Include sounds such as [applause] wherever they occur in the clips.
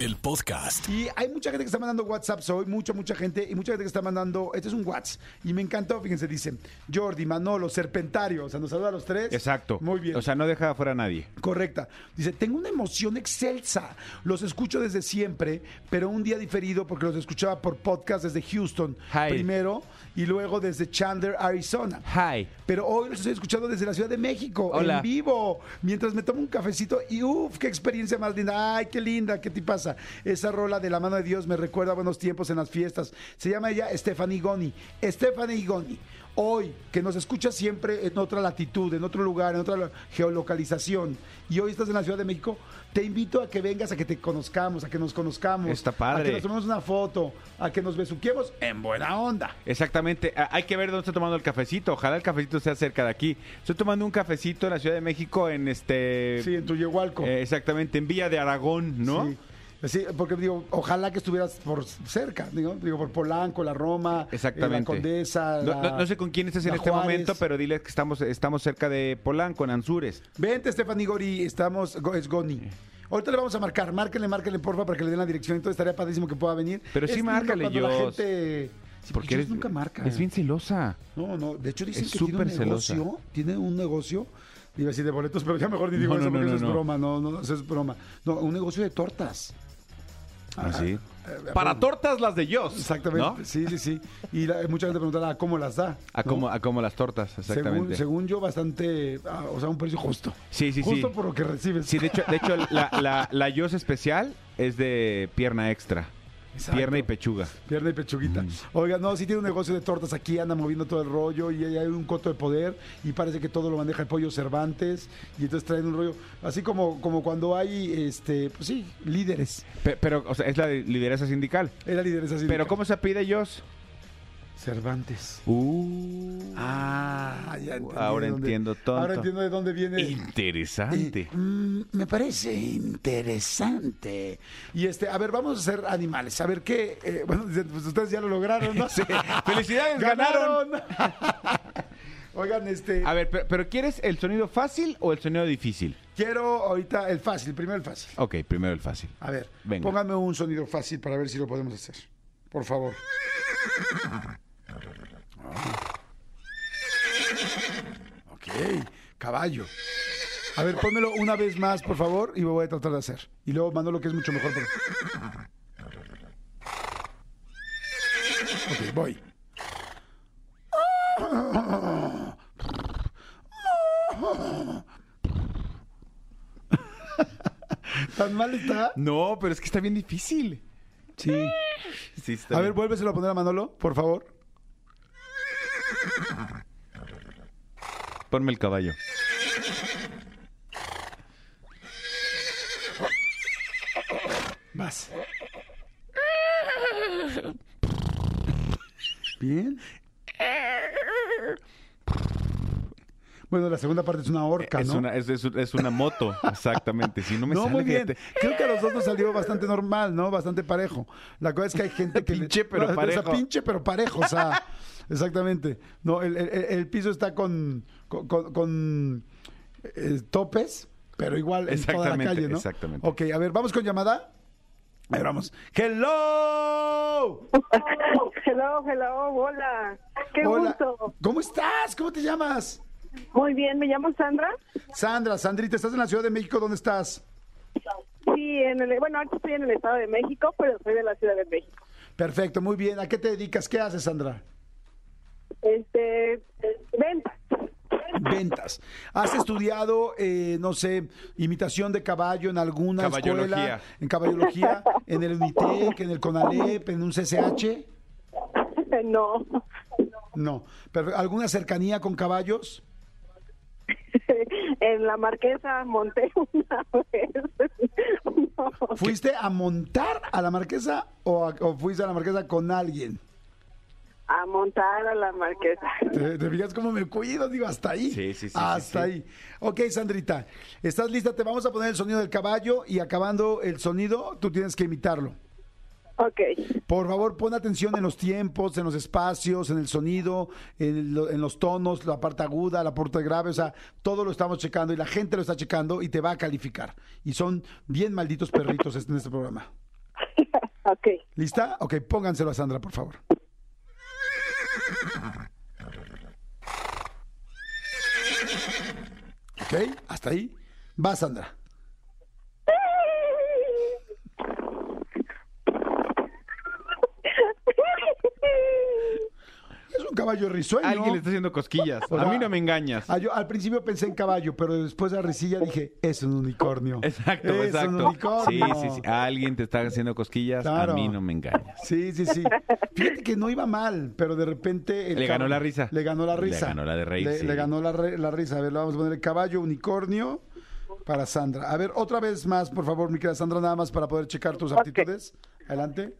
el podcast. Y hay mucha gente que está mandando WhatsApp hoy, mucha, mucha gente, y mucha gente que está mandando, este es un WhatsApp, y me encantó, fíjense, dice, Jordi, Manolo, Serpentario, o sea, nos saluda a los tres. Exacto. Muy bien. O sea, no deja afuera a nadie. Correcta. Dice, tengo una emoción excelsa. Los escucho desde siempre, pero un día diferido porque los escuchaba por podcast desde Houston Hi. primero y luego desde Chandler, Arizona. Hi. Pero hoy los estoy escuchando desde la Ciudad de México, Hola. en vivo, mientras me tomo un cafecito y uff, qué experiencia más linda. Ay, qué linda, ¿qué te pasa? Esa rola de la mano de Dios me recuerda a buenos tiempos en las fiestas. Se llama ella Stephanie Goni. Stephanie Goni. Hoy, que nos escucha siempre en otra latitud, en otro lugar, en otra lo- geolocalización, y hoy estás en la Ciudad de México, te invito a que vengas, a que te conozcamos, a que nos conozcamos. Está padre. A que nos tomemos una foto, a que nos besuquemos en buena onda. Exactamente. A- Hay que ver dónde está tomando el cafecito. Ojalá el cafecito sea cerca de aquí. Estoy tomando un cafecito en la Ciudad de México en este... Sí, en tu Yehualco. eh, exactamente, en Villa de Aragón, ¿no? Sí. Sí, porque digo, ojalá que estuvieras por cerca, digo, digo por Polanco, la Roma, eh, Exactamente. la Condesa. No, la- no- no sé con quién estás en la este Juárez. momento, pero diles que estamos, estamos cerca de Polanco, en Anzures. Vente, Stephanie Gori, estamos, go- es Goni. Ahorita le vamos a marcar, márquenle, márquenle, porfa, para que le den la dirección, entonces estaría padrísimo que pueda venir. Pero sí Es lindo márcale, cuando La Jos. gente... Sí, Jos nunca marca. Es bien celosa. No, no, de hecho dicen es que tiene un súper celosa. negocio, tiene un negocio, iba a decir de boletos, pero ya mejor ni digo No, eso no, porque no, eso no, es no. broma, no, no, eso es broma. No, un negocio de tortas. Así. Eh, Para tortas las de Dios. Exactamente, ¿no? sí, sí, sí. Y la- mucha gente preguntará cómo las da. A ¿no? como, a como las tortas, Según, exactamente. según yo, bastante, ah, o sea, un precio justo. Sí, sí, sí. Justo por lo que recibes. Sí, de hecho, de hecho la, la, la Yos especial es de pierna extra. Exacto. Pierna y Mm. pechuga. Pierna y pechuguita. Oiga, no, sí tiene un negocio de tortas aquí, anda moviendo todo el rollo y ahí hay un coto de poder y parece que todo lo maneja el pollo Cervantes y entonces traen un rollo, así como, como cuando hay, este, pues sí, líderes. Pe- pero, o sea, es la de lideresa sindical. Era líderes así. Pero, ¿cómo se pide Yos? Cervantes. Uh, Ah, ya entendí Ahora de dónde- entiendo, tonto. Ahora entiendo de dónde viene. interesante. Mm, me parece interesante. Y este, a ver, vamos a ser animales. A ver qué. eh, bueno, [laughs] dicen, pues ustedes ya lo lograron, [laughs] ¿no? ¡Felicidades, ganaron! [laughs] Oigan, este. A ver, pero, pero ¿quieres el sonido fácil o el sonido difícil? Quiero ahorita el fácil, primero el fácil. Ok, primero el fácil. A ver, Venga. póngame un sonido fácil para ver si lo podemos hacer. Por favor. Ah. Ok, caballo. A ver, pónmelo una vez más, por favor, y lo voy a tratar de hacer. Y luego mando lo que es mucho mejor. Pero... Ok, voy. [laughs] ¿Tan mal está? No, pero es que está bien difícil. Sí. Sí, está A ver, bien. vuélveselo a poner a Manolo, por favor. ponme el caballo. Vas. Bien. Bueno, la segunda parte es una horca, Es, ¿no? una, es, es- es una moto, [laughs] exactamente. Si no me No, sale, muy bien. fíjate. Creo que a los dos nos salió bastante normal, ¿no? Bastante parejo. La cosa es que hay gente que... le- Pinche, [laughs] pero O sea, parejo. pinche, pero parejo, o [laughs] sea... Exactamente. No, el, el- el piso está con, con, con- con, eh, topes, pero igual en toda la Exactamente, calle, ¿no? exactamente. Ok, a ver, ¿vamos con llamada? A ver, vamos. ¡Hello! [laughs] Hello, hello, hola. Qué Hola. gusto. ¿Cómo estás? ¿Cómo te llamas? Muy bien, me llamo Sandra. Sandra, Sandrita, ¿estás en la Ciudad de México? ¿Dónde estás? Sí, en el, bueno, ahorita estoy en el Estado de México, pero soy de la Ciudad de México. Perfecto, muy bien. ¿A qué te dedicas? ¿Qué haces, Sandra? Este, venta. Ventas. ¿Has estudiado, eh, no sé, imitación de caballo en alguna Caballología. escuela? En caballología, en el UNITEC, en el CONALEP, en un CCH? [laughs] No, [laughs] No. Pero, ¿Alguna cercanía con caballos? en la Marquesa monté [laughs] una vez. No. ¿Fuiste a montar a la marquesa o, a- o fuiste a la marquesa con alguien? A montar a la Marquesa. ¿Te, te fijas cómo me cuido? Digo, hasta ahí. Sí, sí, sí, sí, sí. Hasta ahí. Ok, Sandrita, ¿estás lista? Te vamos a poner el sonido del caballo y acabando el sonido, tú tienes que imitarlo. Ok. Por favor, pon atención en los tiempos, en los espacios, en el sonido, en, lo- en los tonos, la parte aguda, la parte grave, o sea, todo lo estamos checando y la gente lo está checando y te va a calificar. Y son bien malditos perritos en este programa. ok. [laughs] ¿Lista? Ok, pónganselo a Sandra, por favor. Ok, hasta ahí. Va, Sandra. Es un caballo risueño. Alguien le está haciendo cosquillas. O a sea, mí no me engañas. Ah, yo al principio pensé en caballo, pero después de la risilla dije, es un unicornio. Exacto, es Un exacto. Sí, unicornio. sí, sí. Alguien te está haciendo cosquillas. Claro. A mí no me engañas. Sí, sí, sí. Fíjate que no iba mal, pero de repente... el Le ganó cab- la risa. Le ganó la Le risa. ganó la de reír, Le, sí. le ganó la, re- la risa. A ver, le vamos a poner el caballo, unicornio para Sandra. A ver, otra vez más, por favor, mi querida Sandra, nada más para poder checar tus aptitudes. Adelante.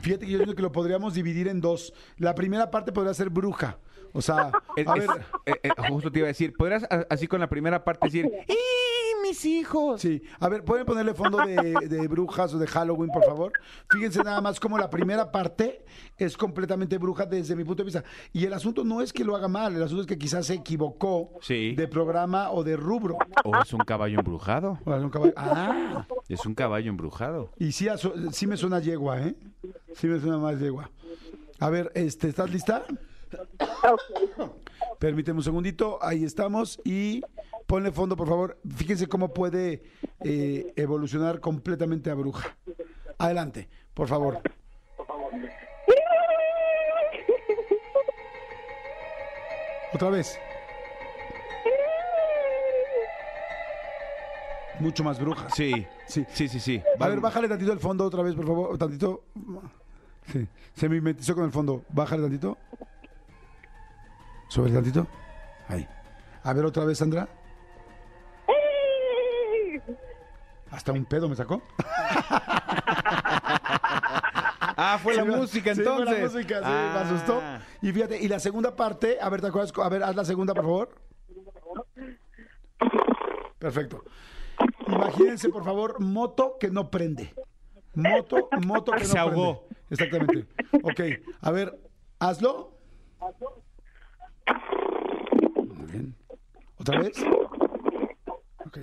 Fíjate que yo creo que lo podríamos dividir en dos. La primera parte podría ser bruja. O sea, Es- a es- ver... eh, eh, justo te iba a decir, ¿podrías a- así con la primera parte decir, ¡y mis hijos! Sí, a ver, ¿pueden ponerle fondo de, de brujas o de Halloween, por favor? Fíjense nada más como la primera parte es completamente bruja desde mi punto de vista. Y el asunto no es que lo haga mal, el asunto es que quizás se equivocó Sí. de programa o de rubro. ¿O es un caballo embrujado? O algún caballo- Ah, Es un caballo embrujado. y sí, asu- sí me suena yegua, ¿eh? Sí me suena más yegua. A ver, este, ¿estás lista? Permíteme un segundito, ahí estamos y ponle fondo, por favor. Fíjense cómo puede eh, evolucionar completamente a bruja. Adelante, por favor. Otra vez. Mucho más bruja. Sí, Sí. sí, sí, sí. sí. A ver, bájale tantito el fondo otra vez, por favor. Tantito. Sí, se me mimetizó con el fondo. Bájale tantito. Sube tantito. Ahí. A ver otra vez, Sandra. Hasta un pedo me [laughs] sacó. Ah, fue la Sí, música sí, entonces. fue la música, sí, me Ah. asustó. Y fíjate, y la segunda parte, a ver, ¿te acuerdas? A ver, haz la segunda, por favor. Perfecto. Imagínense, por favor, moto que no prende. Moto, moto que no Se ahogó. prende. Exactamente. Ok, a ver, hazlo. Muy bien. ¿Otra vez? Ok.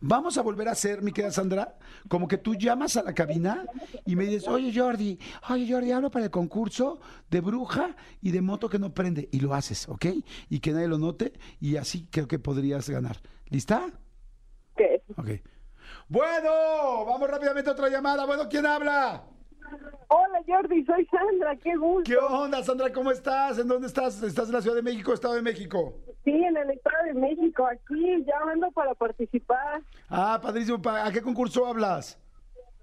Vamos a volver a hacer, mi querida Sandra, como que tú llamas a la cabina y me dices, oye Jordi, oye Jordi, hablo para el concurso de bruja y de moto que no prende. Y lo haces, ¿ok? Y que nadie lo note y así creo que podrías ganar. ¿Lista? Ok. Ok. Bueno, vamos rápidamente a otra llamada. Bueno, ¿quién habla? Hola Jordi, soy Sandra, qué gusto. ¿Qué onda, Sandra? ¿Cómo estás? ¿En dónde estás? ¿Estás en la Ciudad de México, Estado de México? Sí, en el Estado de México, aquí, llamando para participar. Ah, padrísimo. Pa- ¿A qué concurso hablas?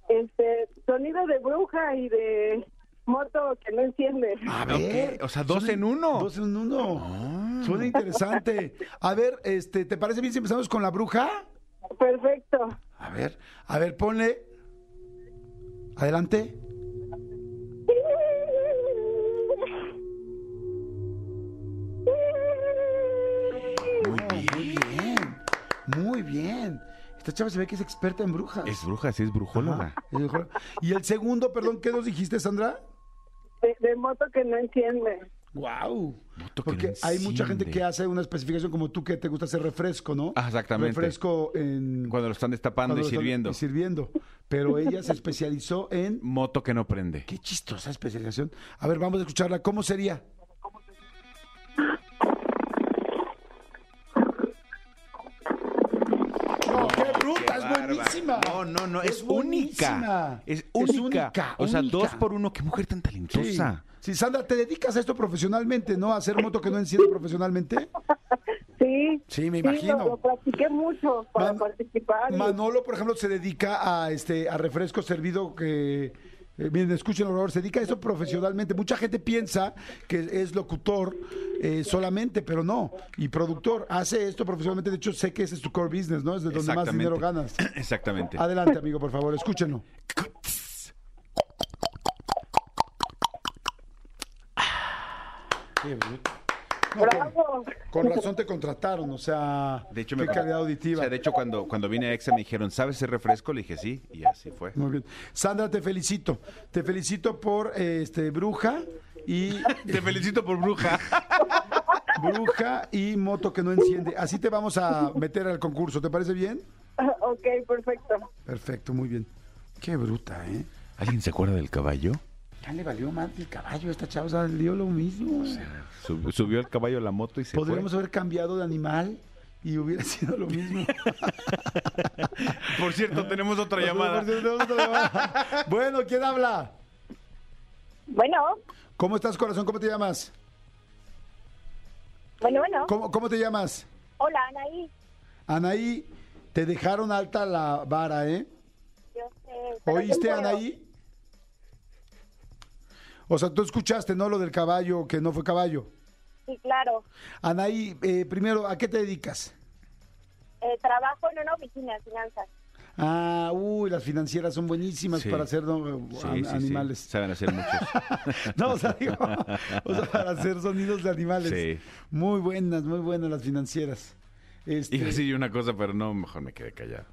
Este, sonido de bruja y de moto que no enciende. A Ok, o sea, dos en uno. Dos en uno. Ah. Suena interesante. A ver, este, ¿te parece bien si empezamos con la bruja? Perfecto. A ver, a ver, ponle. Adelante. Muy bien. Muy bien. Esta chava se ve que es experta en brujas. Es bruja, sí, es brujóloga. Ajá, es bruja. Y el segundo, perdón, ¿qué nos dijiste, Sandra? De, de moto que no enciende. Wow. Moto que Porque no hay mucha enciende. gente que hace una especificación como tú que te gusta hacer refresco, ¿no? Ah, exactamente. Refresco en Cuando lo están destapando cuando y lo están- sirviendo. y sirviendo. Pero ella se especializó en Moto que no prende. Qué chistosa especialización. A ver, vamos a escucharla. ¿Cómo sería? No, qué bruta, es bárbara. buenísima. No, no, no, es, buenísima. única. Es única. O sea, única. dos por uno. Qué mujer tan Sí. talentosa. Sí, Sandra, ¿te dedicas a esto profesionalmente, no? ¿A hacer moto que no enciende profesionalmente? Sí. Sí, me lo- imagino. lo, practiqué mucho para Man- participar. y- Manolo, por ejemplo, se dedica a este a refresco servido que eh, miren, escuchen, por favor, se dedica a eso profesionalmente. Mucha gente piensa que es locutor eh, solamente, pero no. Y productor, hace esto profesionalmente. De hecho, sé que ese es tu core business, ¿no? Es de donde más Exactamente. dinero ganas. [clears throat] Exactamente. Adelante, amigo, por favor, escúchenlo. Qué bruto. Bravo. [laughs] Con razón te contrataron, o sea, De hecho, qué me calidad auditiva. O sea, de hecho, cuando, cuando vine a Exa me dijeron, ¿sabes ese refresco? Le dije, sí, y así fue. Muy bien. Sandra, te felicito. Te felicito por eh, este Bruja [laughs] y Te felicito por bruja. Bruja y moto que no enciende. Así te vamos a meter al concurso, ¿te parece bien? ok, perfecto. Perfecto, muy bien. Qué bruta, ¿eh? [laughs] ¿Alguien se acuerda del caballo? Ya le valió más el caballo a esta chava, o sea, le dio lo mismo. Sub- subió el caballo a la moto y se Podríamos haber cambiado de animal y hubiera [laughs] sido lo [laughs] mismo. fue. Por cierto, tenemos otra llamada. [laughs] bueno, ¿quién habla? Bueno, ¿Cómo estás, corazón? ¿Cómo te llamas? bueno, bueno. ¿Cómo, cómo te llamas? Hola, Anaí. Anaí, te dejaron alta la vara, ¿eh? Yo sé, pero ¿Oíste, yo puedo. Anaí? O sea, tú escuchaste, ¿no? Lo del caballo, que no fue caballo. Sí, claro. Anaí, eh, primero, ¿a qué te dedicas? Eh, trabajo en una oficina de finanzas. Ah, uy, las financieras son buenísimas Sí. para hacer no, Sí, an- sí, sí. animales. [laughs] [laughs] Saben hacer muchos. No, o sea, digo, o sea, para hacer sonidos de animales. Sí. Muy buenas, muy buenas las financieras. Este, Iba a decir una cosa, pero no, mejor me quedé callado.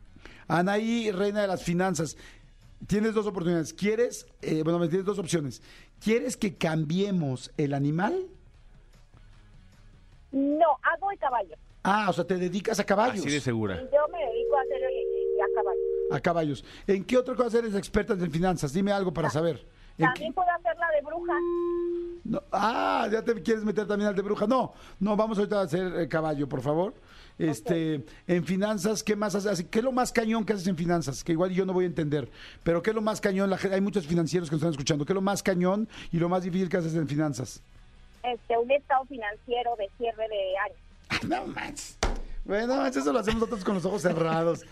Anaí, reina de las finanzas. Tienes dos oportunidades. ¿Quieres? eh, bueno, me tienes dos opciones. ¿Quieres que cambiemos el animal? No, hago el caballo. Ah, o sea, te dedicas a caballos. Así de Y segura. yo me dedico a hacer el, a caballo. A caballos. ¿En qué otra cosa eres experta en finanzas? Dime algo para saber. ¿En También qué- puedo hacer la de bruja. No, ah, ya te quieres meter también al de bruja. No, no, vamos ahorita a hacer eh, caballo, por favor. Este, en finanzas, ¿qué más haces? ¿Qué es lo más cañón que haces en finanzas? Que igual yo no voy a entender, pero ¿qué es lo más cañón? La gen- hay muchos financieros que nos están escuchando. ¿Qué es lo más cañón y lo más difícil que haces en finanzas? [laughs] Este, un estado financiero de cierre de año. Ah, No más. Bueno, manches, eso lo hacemos nosotros con los ojos cerrados.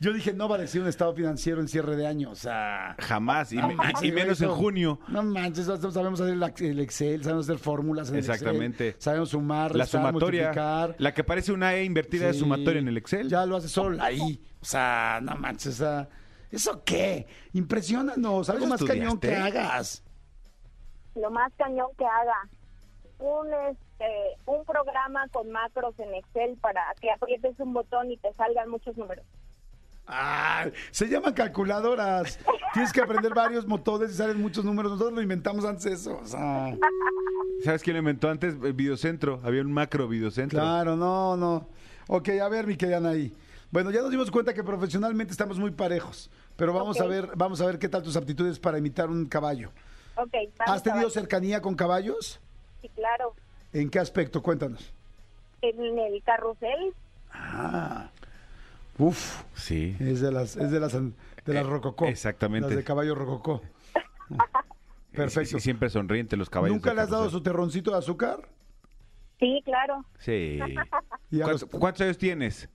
Yo dije, no va a decir un estado financiero en cierre de año, o sea. Jamás, y, no me- manches, y menos en Ah, eso. junio. No manches, nosotros sabemos hacer el ac- el Excel, sabemos hacer fórmulas en el Excel, Exactamente. sabemos sumar, La restar, sumatoria. multiplicar. La que parece una E invertida de Sí, sumatoria en el Excel. Ya lo hace solo ahí. O sea, no manches. o sea, ¿Eso qué? Impresionanos. Algo más estudiaste? cañón que hagas. Lo más cañón que haga. Un, este, un programa con macros en Excel para que aprietes un botón y te salgan muchos números. Ay, se llaman calculadoras. Tienes que aprender varios motores y salen muchos números. Nosotros lo inventamos antes eso. O sea, ¿Sabes quién lo inventó antes? El videocentro. Había un macro videocentro. claro, no, no. Ok, a ver, mi querida ahí. Bueno, ya nos dimos cuenta que profesionalmente estamos muy parejos, pero vamos Ok. a ver, vamos a ver qué tal tus aptitudes para imitar un caballo. Ok, vamos ¿Has tenido caballo. cercanía con caballos? Sí, claro. ¿En qué aspecto? Cuéntanos. En el carrusel, Ah. Uf. Sí. Es de las, es de las, an- de las Eh, rococó. exactamente. Las de caballo [laughs] rococó. Perfecto. Y- y siempre sonriente los caballos. ¿Nunca de le has dado carrusel. su terroncito de azúcar? sí, claro. Sí. Y a ¿Cuánto- los- ¿Cuántos años tienes?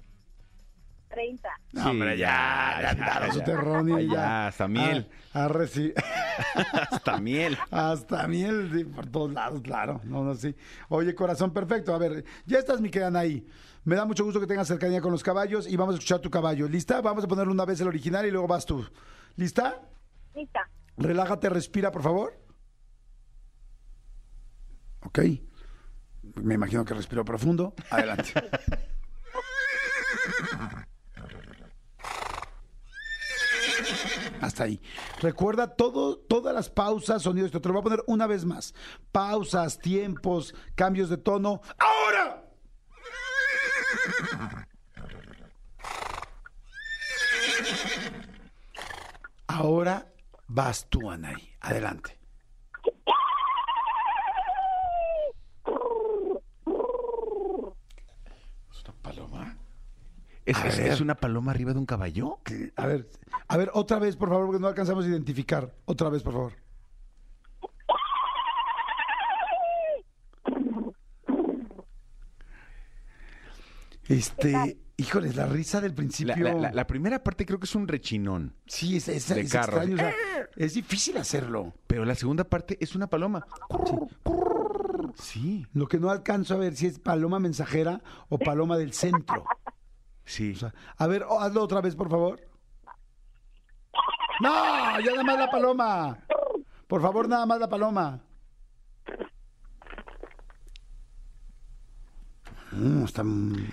30. No, hombre, ya, ya han dado su terrón y Ah, Ya, ya. hasta miel. Ah, arre, sí. Hasta miel. Hasta miel sí, por todos lados, claro. No, no, sí. Oye, corazón, perfecto. A ver, ya estás, mi querida ahí. Me da mucho gusto que tengas cercanía con los caballos y vamos a escuchar tu caballo. ¿Lista? Vamos a ponerle una vez el original y luego vas tú. ¿Lista? Lista. Relájate, respira, por favor. Ok. Me imagino que respiro profundo. Adelante. [laughs] Hasta ahí. Recuerda todo, todas las pausas, sonidos. Te lo voy a poner una vez más. Pausas, tiempos, cambios de tono. ¡Ahora! Ahora vas tú, Anaí. Adelante. ¿Es, A es- ver. es una paloma arriba de un caballo? A ver, a ver, otra vez, por favor, porque no alcanzamos a identificar. Otra vez, por favor. Este, híjoles, la risa del La, principio. la- la- la primera parte creo que es un rechinón, sí, es, es- de es carro. extraño. o sea, es difícil hacerlo. pero la segunda parte es una paloma. Sí, Lo que no alcanzo a ver si es paloma mensajera o paloma del centro. sí. O sea, a ver, oh, hazlo otra vez, por favor. No, ya nada más la paloma. Por favor, nada más la paloma. Mm, está mm,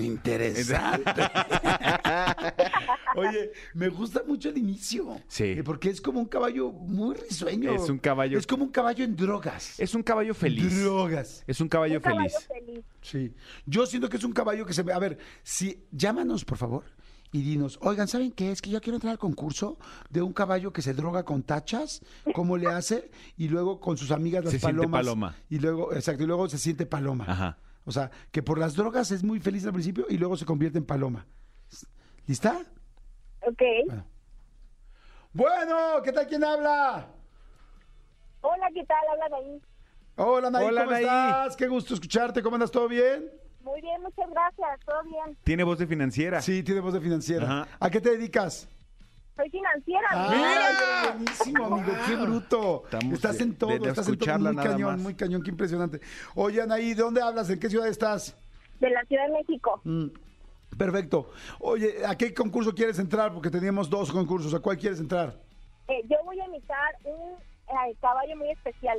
interesante. [laughs] Oye, me gusta mucho el inicio. Sí. Eh, Porque es como un caballo muy risueño. Es un caballo- Es como un caballo en drogas. Es un caballo feliz. Drogas. Es un caballo Un caballo feliz. feliz. Sí. Yo siento que es un caballo que se ve. A ver, si llámanos, por favor, y dinos, oigan, ¿saben qué? Es que yo quiero entrar al concurso de un caballo que se droga con tachas, cómo le hace, y luego con sus amigas las Se siente palomas. paloma. Y luego, exacto, y luego se siente paloma. Ajá. O sea, que por las drogas es muy feliz al principio y luego se convierte en paloma. ¿Lista? Ok. Bueno. Bueno, ¿qué tal? ¿Quién habla? Hola, ¿qué tal? Habla de ahí. Hola, Nay, Hola, ¿cómo Nay. estás? Qué gusto escucharte. ¿Cómo andas? ¿Todo bien? Muy bien, muchas gracias. Todo bien. Tiene voz de financiera. Sí, tiene voz de financiera. Ah. Ajá. ¿A qué te dedicas? Soy financiera. ¡Mira! Buenísimo, amigo, qué bruto. Estamos estás en de- todo, de- de estás en todo. escucharla Muy nada cañón, más. muy cañón, qué impresionante. Oye, Anaí, ¿de dónde hablas? ¿En qué ciudad estás? De la Ciudad de México. Mm, perfecto. Oye, ¿a qué concurso quieres entrar? Porque teníamos dos concursos. ¿A cuál quieres entrar? Eh, yo voy a imitar un eh, caballo muy especial.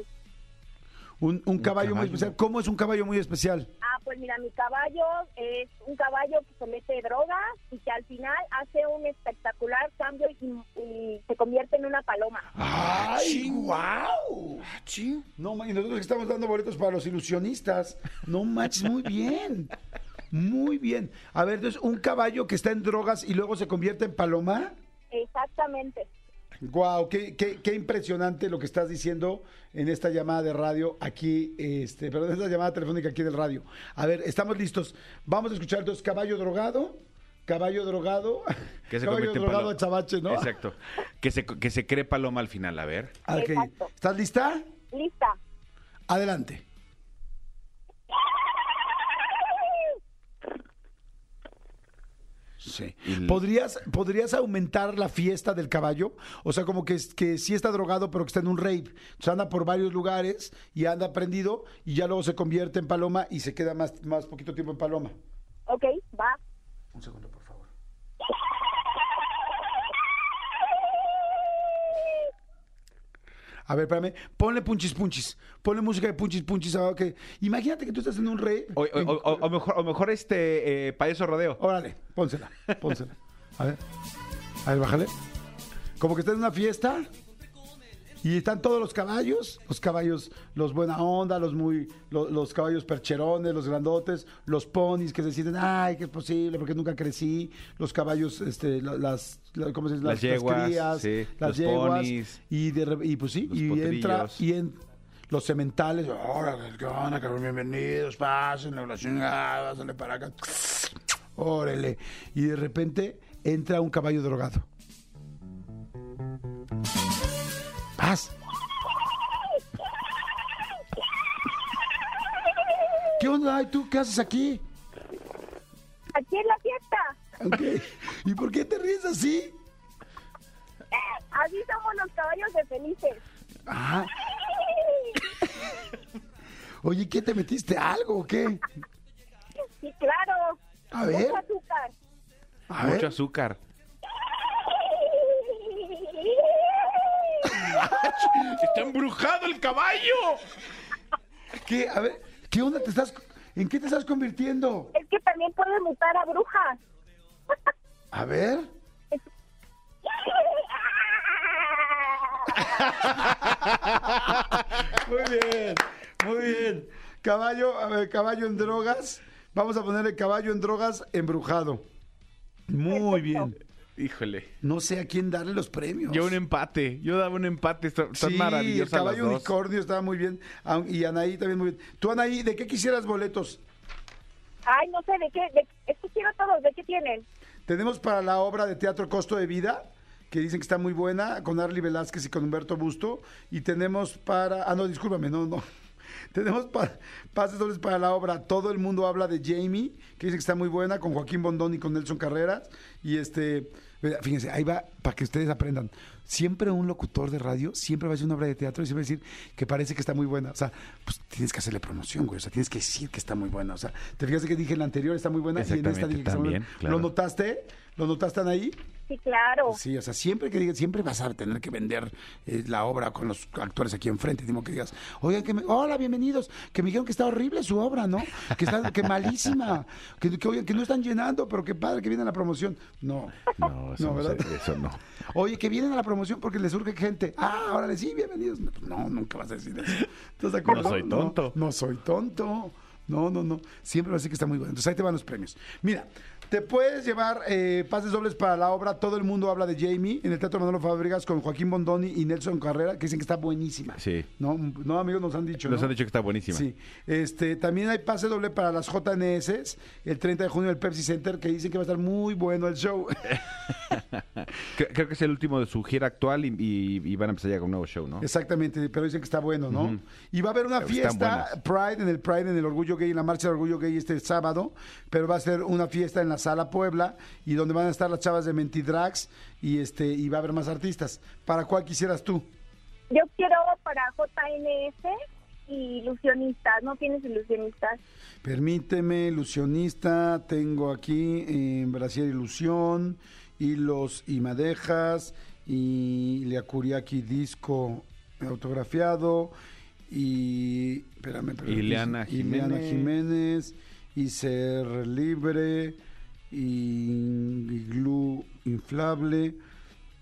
Un, un caballo muy caballo. especial. ¿Cómo es un caballo muy especial? Ah, pues mira, mi caballo es un caballo que se mete drogas y que al final hace un espectacular cambio y, y se convierte en una paloma. ¡Ay, wow! Ah, No, ma- y nosotros que estamos dando boletos para los ilusionistas. No manches, muy bien. Muy bien. A ver, entonces, un caballo que está en drogas y luego se convierte en paloma. Exactamente. Wow, qué, qué- qué impresionante lo que estás diciendo en esta llamada de radio aquí, este, perdón, en esta llamada telefónica aquí del radio. A ver, estamos listos. Vamos a escuchar entonces caballo drogado, caballo drogado, Que [laughs] caballo se convierte en drogado paloma. a chabache, ¿no? Exacto. Que se, que se cree paloma al final, a ver. A ver, ¿qué- Exacto. Ah, ¿Estás lista? Lista. Adelante. Sí. Y- ¿Podrías, ¿Podrías aumentar la fiesta del caballo? O sea, como que, es- que sí está drogado, pero que está en un rape. O sea, anda por varios lugares y anda prendido y ya luego se convierte en paloma y se queda más, más poquito tiempo en paloma. Ok, va. Un segundo, por favor. A ver, espérame. Ponle punchis punchis. Ponle música de punchis punchis. ah, ok. Imagínate que tú estás en un rape. O, o- o- o- o mejor, o mejor este eh, payaso rodeo. Órale, pónsela, pónsela. A ver. A ver, bájale. Como que está en una fiesta y están todos los caballos, los caballos, los buena onda, los muy, lo- los, caballos percherones, los grandotes, los ponis que se sienten, ay, que es posible, porque nunca crecí, los caballos, este, la- las, la- ¿cómo se dice? Las yeguas, crías, sí, las los yeguas, ponis. y, de re- y pues sí, Los y entra, potrillos. y en los cementales, órale, ¿qué onda, cabrón? Bienvenidos, pasen, la chingada, sale para acá. Órale. Y de repente entra un caballo drogado. Paz. ¿Qué onda? ¿Y tú qué haces aquí? Aquí en la fiesta. Ok. [laughs] ¿Y por qué te ríes así? Eh, Así somos los caballos de felices. Ah. [laughs] Oye, ¿qué te metiste? ¿Algo o qué? Sí, claro. A ver. Mucho azúcar. [laughs] A Mucho ver. azúcar. ¡Está embrujado el caballo! ¿Qué? A ver, ¿qué onda? ¿Te estás, ¿En qué te estás convirtiendo? Es que también puedes mutar a brujas. [laughs] A ver. Muy bien, muy bien. Caballo, a ver, caballo en drogas. Vamos a ponerle caballo en drogas embrujado. Muy bien. Híjole. No sé a quién darle los premios. Yo un empate. Yo daba un empate. Están Sí, el maravillosas las caballo dos. unicornio estaba muy bien. Aun- Y Anaí también muy bien. Tú, Anaí, ¿de qué quisieras boletos? Ay, no sé de qué. De, es que quiero todos. ¿De qué tienen? Tenemos para la obra de teatro Costo de Vida, que dicen que está muy buena, con Arly Velázquez y con Humberto Busto. Y tenemos para. Ah, no, discúlpame, no, [laughs] no. Tenemos pa- pases dobles para la obra Todo el mundo habla de Jamie, que dicen que está muy buena, eh, con Joaquín Bondón y con Nelson Carreras. Y este. mira, Fíjense, ahí va para que ustedes aprendan. siempre un locutor de radio siempre va a hacer una obra de teatro y siempre va a decir que parece que está muy buena. O sea, pues tienes que hacerle promoción, güey. O sea, tienes que decir que está muy buena. O sea, te fijaste que dije en la anterior está muy buena y en esta Exactamente, dije que está muy también, buena. claro. ¿Lo notaste? ¿Lo notaste ahí? Sí, claro. Sí, o sea, siempre que digas, siempre vas a tener que vender eh, la obra con los actores aquí enfrente. Digo que digas, oigan, que me- hola, bienvenidos, que me dijeron que está horrible su obra, ¿no? Que está, que malísima, [laughs] que, que, oigan, que no están llenando, pero qué padre que viene la promoción. No, No, eso No, no, ¿verdad? sé, eso no. Oye, que vienen a la promoción porque les surge gente. Ah, órale, sí, bienvenidos. No, pues, No, nunca vas a decir eso. ¿Estás de acuerdo? No soy tonto. No, no soy tonto. No, no, no. Siempre va a decir que está muy bueno. Entonces ahí te van los premios. Mira, te puedes llevar eh, pases dobles para la obra Todo el mundo habla de Jamie en el Teatro Manolo Fábregas con Joaquín Bondoni y Nelson Carrera, que dicen que está buenísima. Sí. No, no amigos, nos han dicho. Nos ¿no? han dicho que está buenísima. Sí. Este, también hay pase doble para las JNS el 30 de junio en el Pepsi Center, que dicen que va a estar muy bueno el show. [laughs] Cre- Creo que es el último de su gira actual y, y- y van a empezar ya con un nuevo show, ¿no? Exactamente, pero dicen que está bueno, ¿no? Ujú. Y va a haber una Están fiesta Pride en el Pride en el Orgullo Gay, en la marcha del Orgullo Gay este sábado, pero va a ser una fiesta en la Sala Puebla y donde van a estar las chavas de Mentidrax y este y va a haber más artistas. ¿Para cuál quisieras tú? Yo quiero para JNS y ilusionistas. ¿No tienes ilusionistas? Permíteme, ilusionista, tengo aquí en Brasil Ilusión, Hilos y Madejas, y Leacuriaki Disco autografiado, y... Espérame, espérame, Ileana y Ileana Jiménez. Jiménez, y Ser Libre, y Glu Inflable,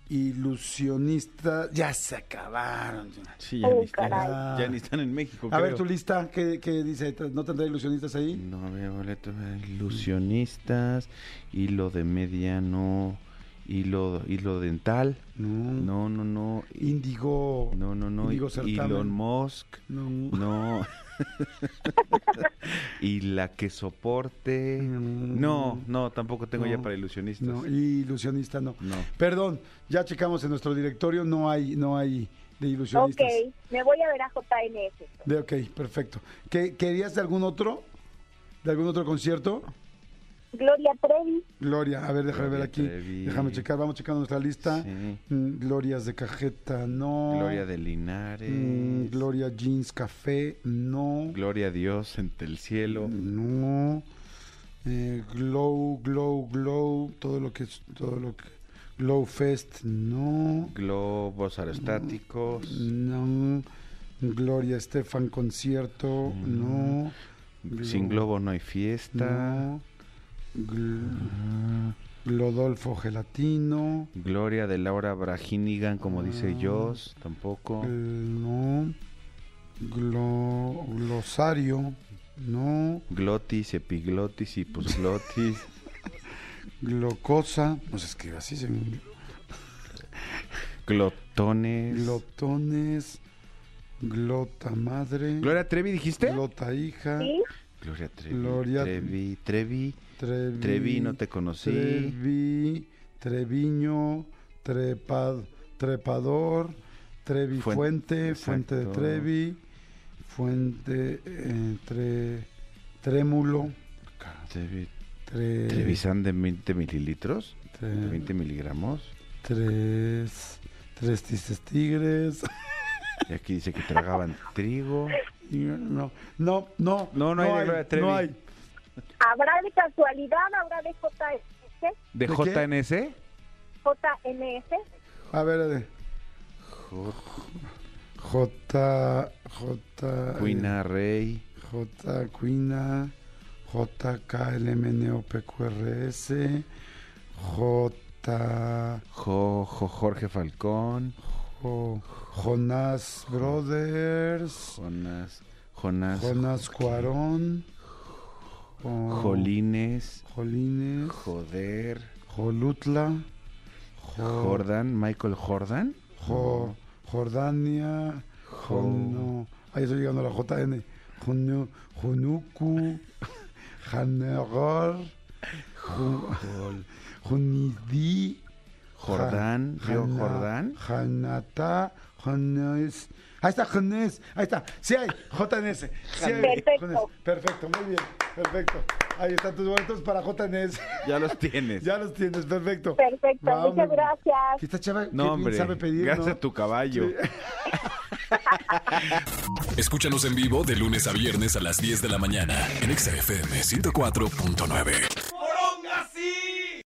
Ilusionista... Ya se acabaron. Sí, ya Oh, ni están- caray. ya ni están en México. A ver tu lista, ¿qué, qué dice? ¿No tendrá ilusionistas ahí? No veo boleto. Ilusionistas, hilo de mediano, hilo, hilo dental. No, no, no. y- Indigo. No, no, no. Indigo y- certamen. Elon Musk. No. No. [laughs] y la que soporte. Mm. No, no, tampoco tengo ya No. para ilusionistas. No, y ilusionista no. No. Perdón, ya checamos en nuestro directorio, no hay, no hay de Ok, ilusionistas. me voy a ver a JNS. De, ok, perfecto. ¿Qué, ¿Querías de algún otro? ¿De algún otro concierto? Gloria Trevi. Gloria, a ver, déjame Gloria ver aquí. Trevi. Déjame checar, vamos checando nuestra lista. Sí. Mm, Glorias de cajeta, no. Gloria de Linares. Mm, Gloria Jeans Café, no. Gloria a Dios en el cielo. Mm. No. Eh, glow, glow, glow. Todo lo que es. Todo lo que. Glow Fest, no. Globos aerostáticos. No. Gloria Estefan concierto, no. Sin Glow, globo no hay fiesta. Mm, no. Gl- Glodolfo Gelatino, Gloria de Laura Braginigan, como dice Joss, tampoco. gl- no. Glo- glosario, no. Glotis, epiglotis, hipusglotis. Glocosa, no se escribe así, según yo. glotones. Glotones, glota madre, Gloria ¿Este? Trevi, dijiste. glota hija, Sí, Gloria Trevi. Gloria- Trevi, Trevi. Trevi, Trevi, no te conocí. Trevi, Treviño, trepad, Trepador, Trevi Fuen- Fuente, exacto. Fuente de Trevi, Fuente, eh, tre- Trémulo, Trevi. tre- Trevisan de 20 mililitros. tre- De 20 miligramos. tres, tres Tices Tigres. [laughs] Y aquí dice que tragaban trigo. No, no, no, No, no hay de Gloria Trevi. no hay. ¿habrá de casualidad, habrá de JNS? ¿De ¿De, qué? JNS? JNS. A ver, a ver. J. J. eh, Cuina Rey. J. Cuina. JKLMNOPQRS. J. Jo- Jo- Jorge Falcón. Jo- Jonás Brothers. Jonas. Jonas. Jonás Cuarón. Jo- Jolines. Jolines. Joder. Jolutla. Jo- Jordan. Michael Jordan. Jo- Jordania, Jo- Jono, ahí estoy llegando a la JN, Jonu- [laughs] Jonuku, Haneror, [laughs] Ju- Junidi, Jordán, Ja- Río Jana- Jordán. Janata, Jones. Ahí está, Jones, ahí está, sí hay, JNS, sí hay, Perfecto. Jones. perfecto, muy bien, perfecto. Ahí están tus boletos para JNS. Ya los tienes. Ya los tienes, perfecto. Perfecto, Vamos. muchas gracias. Esta chava No, hombre. sabe pedir, gracias ¿no? a tu caballo. Escúchanos en vivo de lunes a viernes a las 10 de la mañana en Exa FM 104.9.